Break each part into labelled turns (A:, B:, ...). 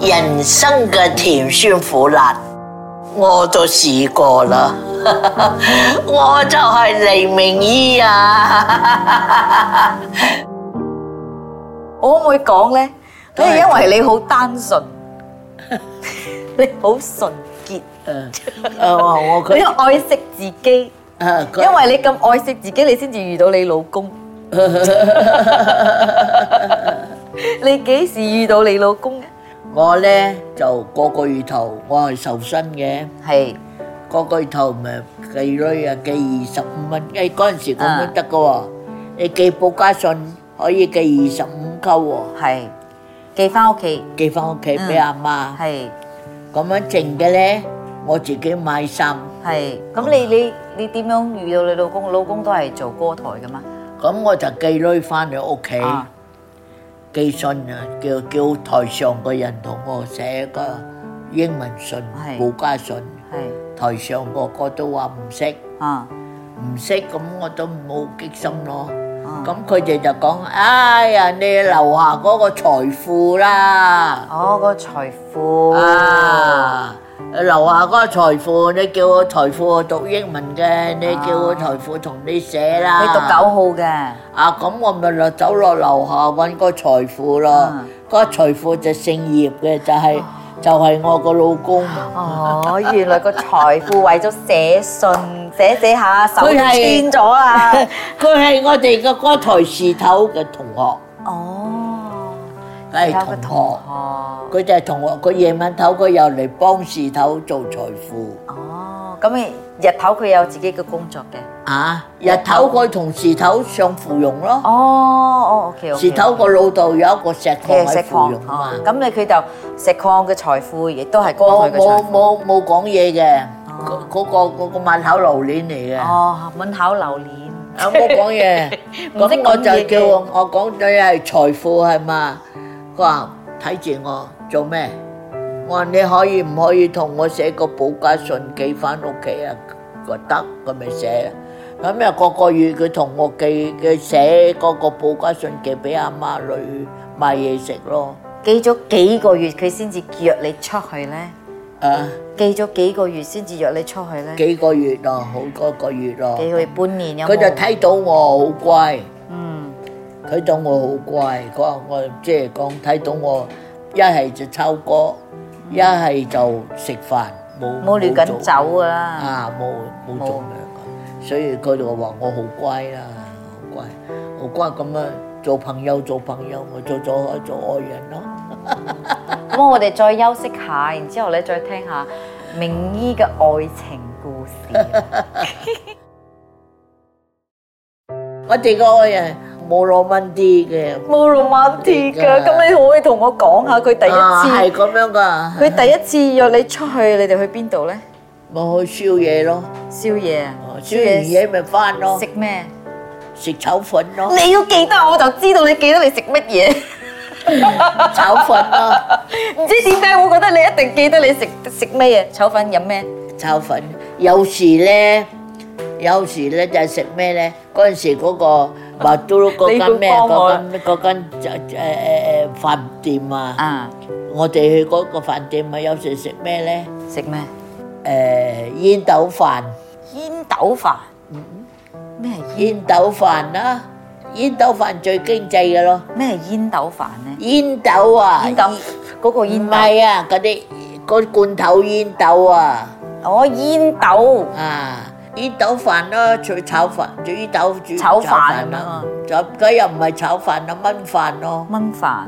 A: 人生嘅甜酸苦辣，我都試過啦。 我就係黎明姨 啊！
B: 我可唔可以講咧？你係因為你好單純，你好純潔，
A: 啊我
B: 你
A: 佢
B: 好愛惜自己。
A: 啊佢
B: 因為你咁愛惜自己，你先至遇到你老公。你幾時遇到你老公嘅？
A: 我咧就個個月頭我係受薪嘅，
B: 係
A: 個個月頭咪寄女啊寄二十五蚊，因為嗰陣時咁樣得噶喎，你寄報家信可以寄二十五溝喎，
B: 係寄翻屋企
A: 寄翻屋企俾阿媽，
B: 係
A: 咁樣剩嘅咧我自己買衫，
B: 係。咁你你你點樣遇到你老公？老公都係做歌台噶嘛？
A: 咁我就寄女翻嚟屋企
B: 啊
A: 寄信啊，叫叫台上個人同我寫個英文信
B: 係
A: 報家信，
B: 係
A: 台上個個都話唔識。
B: 啊
A: 唔識咁我都冇激心咯。
B: 啊
A: 咁佢哋就講：哎呀，你樓下嗰個財富啦，
B: 哦個財富
A: 啊，樓下嗰個財富，你叫我財富讀英文嘅，你叫我財富同你寫啦。
B: 啊你讀九號嘅
A: 啊，咁我咪落走落樓下揾個財富咯
B: 嗯。
A: 嗰個財富就姓葉嘅，就係
B: 啊
A: 就係我個老公。
B: 哦，原來個財富為咗寫信寫寫下手都
A: 佢
B: 穿
A: 係
B: 咗 啊！
A: 佢係我哋嘅嗰台士頭嘅同學，
B: 哦，
A: 係
B: 有
A: 同
B: 個
A: 學。
B: 同學
A: 佢就係同我，佢夜晚頭佢又嚟幫事頭做財富
B: 哦，咁你日頭佢有自己嘅工作嘅。
A: 啊！日頭佢同事頭上芙蓉咯，
B: 哦，哦，OK OK。
A: 事頭個老豆有一個石礦
B: 佢係石
A: 喺芙
B: 礦
A: 蓉啊
B: 哦
A: 嘛，
B: 咁你佢就石礦嘅財富亦都係歌
A: 冇
B: 佢嘅財
A: 冇
B: 富。
A: 冇冇講嘢嘅，
B: 哦
A: 嗰嗰個嗰個萬口榴蓮嚟嘅，啊
B: 哦，滿口榴蓮。
A: 冇啊講嘢，
B: 唔識
A: 咁我
B: 講嘢
A: 就
B: 嘅
A: 叫我我講你係財富係嘛？佢話睇住我做咩？我話你可以唔可以同我寫個保家信寄翻屋企啊？佢話得，佢咪寫啦。咁又個個月佢同我寄佢寫嗰個保家信寄俾阿媽女買嘢食咯。
B: 寄咗幾個月佢先至約你出去咧？
A: 啊，
B: 寄咗幾個月先至約你出去咧？
A: 幾個月咯，好多個月咯。
B: 幾個月半年有冇？
A: 佢就睇到我好乖，
B: 嗯
A: 佢當我好乖。佢話我即係講睇到我一係就抄歌，一係就食飯，冇
B: 冇亂
A: 做
B: 緊走噶啦。
A: 啊，冇冇做嘅，所以佢就話我好乖啦，好乖，好乖咁啊，做朋友做朋友，我做咗做愛人咯。
B: 咁我哋再休息下，然之後咧再聽下明姨嘅愛情 故事。
A: 我哋個愛人冇攞蚊啲嘅，
B: 冇 romantic 㗎，咁你可唔可以同我講下佢第
A: 啊係
B: 一次？
A: 咁樣噶，
B: 佢第一次約你出去，你哋去邊度咧？
A: 咪去宵夜咯，
B: 宵夜啊
A: 啊宵夜嘢咪翻咯
B: 食，咩？
A: 食炒粉 咯，
B: 你要記得，我就知道你記得你食乜 嘢。
A: 炒粉咯，
B: 唔知點解，我覺得你一定記得你食食咩嘢，炒粉飲咩？
A: 炒粉。有時咧，有時咧就係食咩咧？嗰陣時嗰 個麥都嗰間咩
B: 你要幫我
A: 嗰間嗰間誒誒誒飯店啊。
B: 啊，
A: 我哋去嗰個飯店咪有時食咩咧？
B: 食咩？
A: 誒、煙斗飯、
B: 煙豆飯。咩係煙
A: 煙斗飯啦、煙斗飯最經濟嘅咯。
B: 咩係煙豆飯咧？
A: 煙斗啊，
B: 煙豆嗰個
A: 唔
B: 煙豆。
A: 係啊，嗰啲嗰罐頭煙斗啊，
B: 哦，煙豆
A: 啊煙斗飯啦、煮炒飯，煮煙斗煮
B: 炒飯
A: 啦
B: 啊，
A: 就佢又唔係炒飯啦，燜飯咯。
B: 炆飯。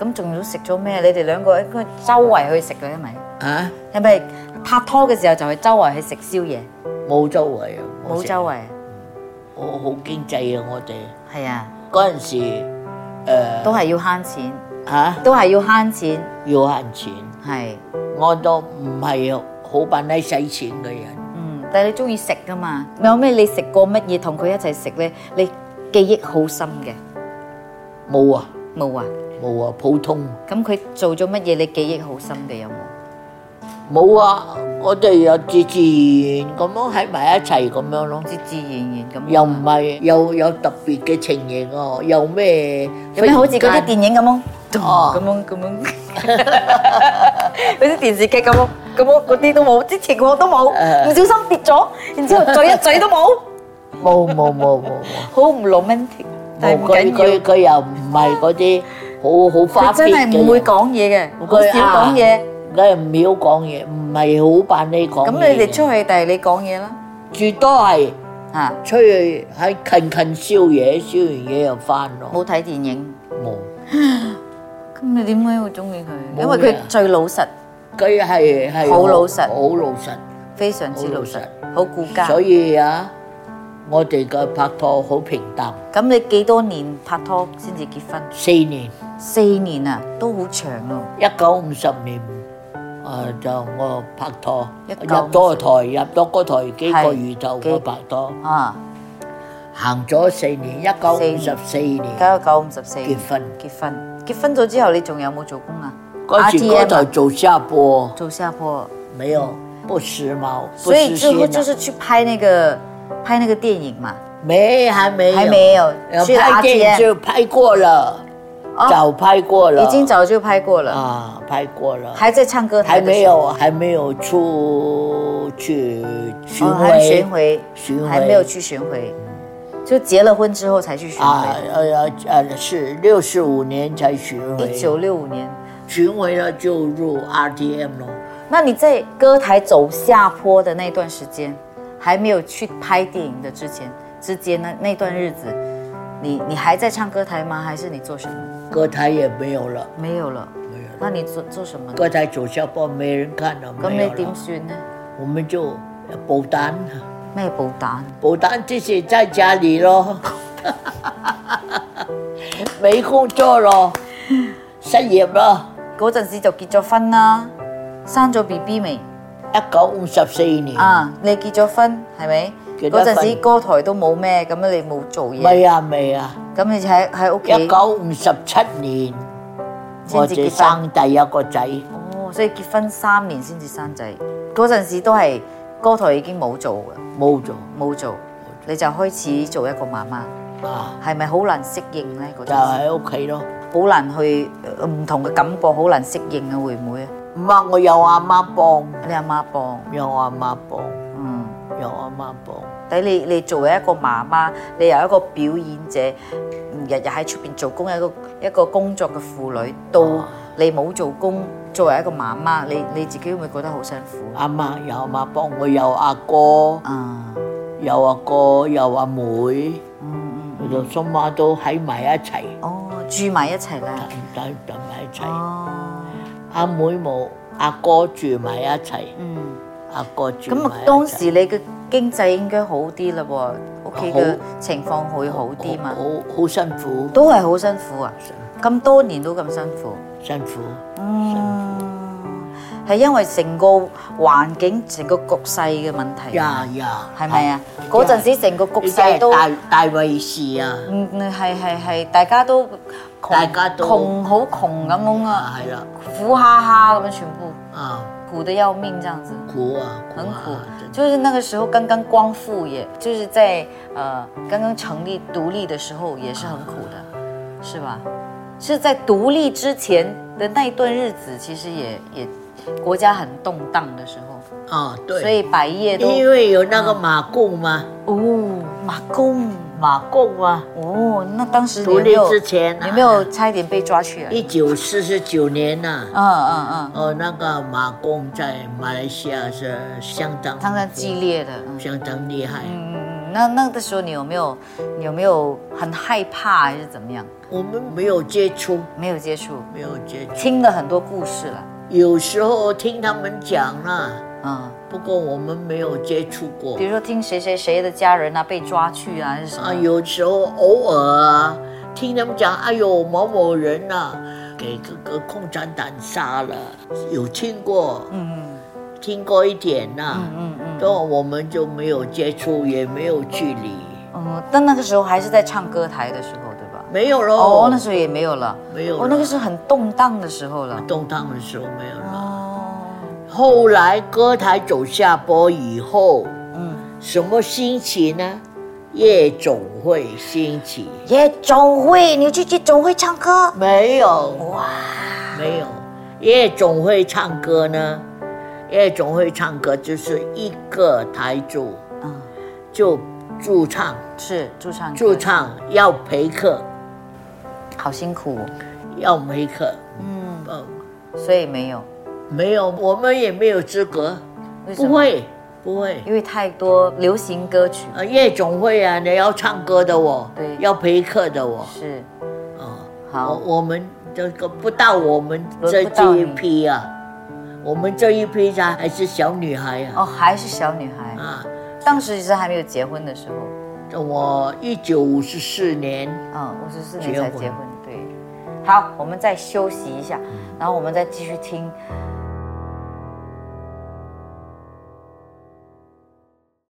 B: 咁仲要食咗咩？你哋兩個應該周圍去食嘅，係咪？
A: 啊，
B: 係咪拍拖嘅時候就去周圍去食宵夜？
A: 冇周圍啊，
B: 冇
A: 食
B: 周，圍，
A: 我好經濟啊！我哋
B: 係啊，
A: 嗰陣時誒
B: 都係要慳錢，
A: 嚇
B: 都係要慳錢，
A: 要慳錢。
B: 係。
A: 我都唔係好扮低使錢嘅人，
B: 嗯，但係你中意食噶嘛？有咩你食過乜嘢同佢一齊食咧？你記憶好深嘅
A: 冇啊
B: 冇啊？
A: 冇啊，普通
B: 咁佢做咗乜嘢？你記憶好深嘅有冇？
A: 冇啊，我哋又自自然然咁樣喺埋一齊咁樣咯，
B: 自自然然咁樣啊。
A: 又唔係又有特別嘅情形啊，又咩
B: 有咩好似嗰啲電影咁咯？咚
A: 哦
B: 咁樣咁 樣，嗰啲電視劇咁樣咁樣嗰啲都冇，之前我都冇，
A: 誒
B: 唔小心跌咗，然之後嘴一嘴都冇，
A: 冇冇冇冇冇，
B: 好唔 romantic，但係唔
A: 佢
B: 緊
A: 佢
B: 要，
A: 佢又唔係嗰啲好好花
B: 佢真
A: 邊嘅
B: 係唔會
A: 人，
B: 講嘢嘅，
A: 佢
B: 好少
A: 啊
B: 講嘢。
A: 梗係唔曉講嘢，唔係好扮你講嘢嘅。
B: 咁你哋出去，第係你講嘢啦，
A: 最多係
B: 啊，
A: 出去喺近近宵夜，宵完嘢又翻咯。
B: 冇睇電影，
A: 冇，
B: 咁你點解會中意
A: 冇
B: 佢？
A: 嘅
B: 因為佢最老實，
A: 佢係係
B: 好老實
A: 好老實。
B: 非常之老實
A: 好，
B: 好顧家。
A: 所以啊，我哋嘅拍拖好平淡，
B: 咁你幾多年拍拖先至結婚？
A: 四年，
B: 四年啊，都好長咯。
A: 一九五十年。誒、就我拍拖，入
B: 1950
A: 咗個台，入咗個台幾個月就
B: 係
A: 我拍拖，
B: 啊，
A: 行咗四年，一九五十四年
B: 九九五十四
A: 結婚。
B: 結婚，結婚咗之後你仲有冇做工啊？
A: 嗰時
B: RTM 啊
A: 嗰台做下播，
B: 做下坡，
A: 沒有不時髦，不啊
B: 所以
A: 時
B: 之後
A: 鮮
B: 就
A: 的。
B: 是去拍那個拍那個電影嘛，
A: 沒，還沒有，
B: 還沒有
A: 有
B: 去
A: 拍電影
B: RTM
A: 就拍過了，
B: 哦
A: 早拍過了，
B: 已經早就拍過了，
A: 啊拍過了，
B: 還在唱歌台
A: 還
B: 的
A: 沒
B: 時候，
A: 有啊還沒有出去巡
B: 哦還
A: 迴
B: 巡回，
A: 巡迴
B: 還沒有去巡回，就結了婚之後才去巡
A: 啊
B: 回，
A: 呃呃是六十五年才巡
B: 一
A: 迴，
B: 九六五年。
A: 巡迴了就入 RTM 咯，
B: 那你在歌台走下坡的那段时间，还没有去拍电影的之前之间那那段日子，你你还在唱歌台吗？还是你做什么？
A: 歌台也沒有了，
B: 没有了。
A: 沒有了
B: 那你做做什么呢？
A: 歌台走下坡沒人看了，
B: 咁
A: 沒有
B: 你點
A: 了，
B: 算呢？
A: 我們就保單。
B: 咩保單？
A: 不但只是在家里 咯，没工作咯，失业咯。
B: 嗰陣時就結咗婚啦，生咗 B B 未？
A: 一九五十四年，
B: 啊，你結咗婚係咪？
A: 結咗
B: 嗰陣時
A: 婚
B: 歌台都冇咩，咁你冇做嘢，
A: 未啊未啊，
B: 咁你就喺喺屋
A: 一
B: 企。
A: 九五十七年我
B: 先至結
A: 哋生
B: 婚
A: 第一個仔，
B: 哦，所以結婚三年先至生仔，嗰陣時都係歌台已經冇做嘅。
A: 冇做
B: 冇做，你就開始做一個媽媽，
A: 啊，
B: 係咪好難適應呢？嗰
A: 就
B: 陣時
A: 喺屋企咯。
B: 好難去呃唔同嘅感覺，好難適應啊，會唔會啊？
A: 唔啊，我有阿媽幫，
B: 你阿媽幫，
A: 有阿媽幫，
B: 嗯，
A: 有阿媽幫。
B: 睇你你作為一個媽媽，你由一個表演者，嗯日日喺出邊做工，一個一個工作嘅婦女，到
A: 啊
B: 你冇做工，作為一個媽媽，你你自己會唔會覺得好辛苦啊？
A: 阿媽有阿媽幫，我有阿哥，
B: 啊，
A: 有阿哥，有阿妹，佢
B: 嗯嗯，
A: 哋叔媽都喺埋一齊。
B: 哦，住埋一齊啦，
A: 等等埋一齊。
B: 哦，
A: 阿妹冇，阿哥住埋一齊，
B: 嗯。
A: 阿哥住
B: 咁
A: 埋
B: 啊，
A: 一齊
B: 當時你嘅經濟應該好啲啦喎，屋企嘅
A: 好
B: 情況會好啲嘛
A: 好，好好辛苦，
B: 都係好辛苦啊，咁多年都咁辛苦，
A: 辛苦。
B: 嗯，係因為成個環境、成個局勢嘅問題，
A: 呀呀，
B: 係咪啊
A: 係？
B: 嗰陣時成個局
A: 呢啲
B: 勢
A: 係
B: 都，
A: 大大衞士啊，
B: 嗯，係係係，大家都窮
A: 大家都
B: 窮好窮咁樣啊，
A: 啊係啦，
B: 苦哈哈咁樣，全部
A: 啊
B: 苦得要命，這樣子。
A: 苦啊苦
B: 很苦
A: 啊，真，的
B: 就是那个时候刚刚光复也，就是在呃刚刚成立独立的时候也是很苦
A: 啊
B: 的，是吧？是在独立之前的那一段日子，其实也也国家很动荡的时候，
A: 啊
B: 所
A: 對，
B: 以百业都啊
A: 因為有那個馬共嘛，
B: 哦马工
A: 馬共啊，
B: 哦，那当时你
A: 獨
B: 有没
A: 立
B: 有
A: 之前啊
B: 你有没有差一点被抓去啊？
A: 一九四十九年啊呐、
B: 嗯嗯嗯，
A: 哦，那個馬共在馬來西亞是相當
B: 相当激烈的，嗯
A: 相当厲害。
B: 嗯嗯，嗯那那个时候你有没有你有没有很害怕还是怎么样？
A: 我们没有接觸，
B: 没有接触。
A: 没有接觸。
B: 听了很多故事了，
A: 有时候听他们讲啦，
B: 嗯，
A: 不过我们没有接触过
B: 比。如说听谁谁谁的家人啊被抓去啊，还是什么？
A: 啊，有时候偶尔啊，听他们讲，哎呦，某某人呐、啊，给这个共产党杀了，有听过，
B: 嗯
A: 听过一点呐、
B: 嗯嗯嗯
A: 但我们就没有接触，也没有距离，
B: 嗯，但那个时候还是在唱歌台的时候，对吧？
A: 没有
B: 哦，
A: 喽。
B: 那时候也没有了，
A: 没有了
B: 哦，那个是很动荡的时候了。
A: 动荡的时候没有了。
B: 哦，
A: 后来歌台走下坡以后，
B: 嗯，
A: 什么兴起呢？夜总会兴起，
C: 夜总会，你去去总会唱歌？
A: 没有
C: 哇，
A: 没有，夜总会唱歌呢，夜总会唱歌就是一个台柱
B: 嗯，
A: 就驻唱，
B: 是驻唱歌
A: 驻唱要陪客，
B: 好辛苦哦、
A: 要陪客，
B: 嗯，
A: 呃，
B: 所以没有，
A: 没有，我们也没有资格，
B: 为什
A: 不
B: 么？
A: 会，不会。
B: 因为太多流行歌曲
A: 呃，夜总会啊，你要唱歌的我，
B: 嗯对
A: 要陪客的我，
B: 是
A: 啊、
B: 好
A: 我我们这个不到我们这
B: 轮不到
A: 这
B: 你
A: 一批啊，我们这一批她还是小女孩啊，
B: 哦，还是小女孩，
A: 啊，
B: 当时其实还没有结婚的时候，
A: 我一九五四年，
B: 嗯，五十四年才
A: 结
B: 结
A: 婚
B: 婚，对。好，我们再休息一下，然后我们再继续听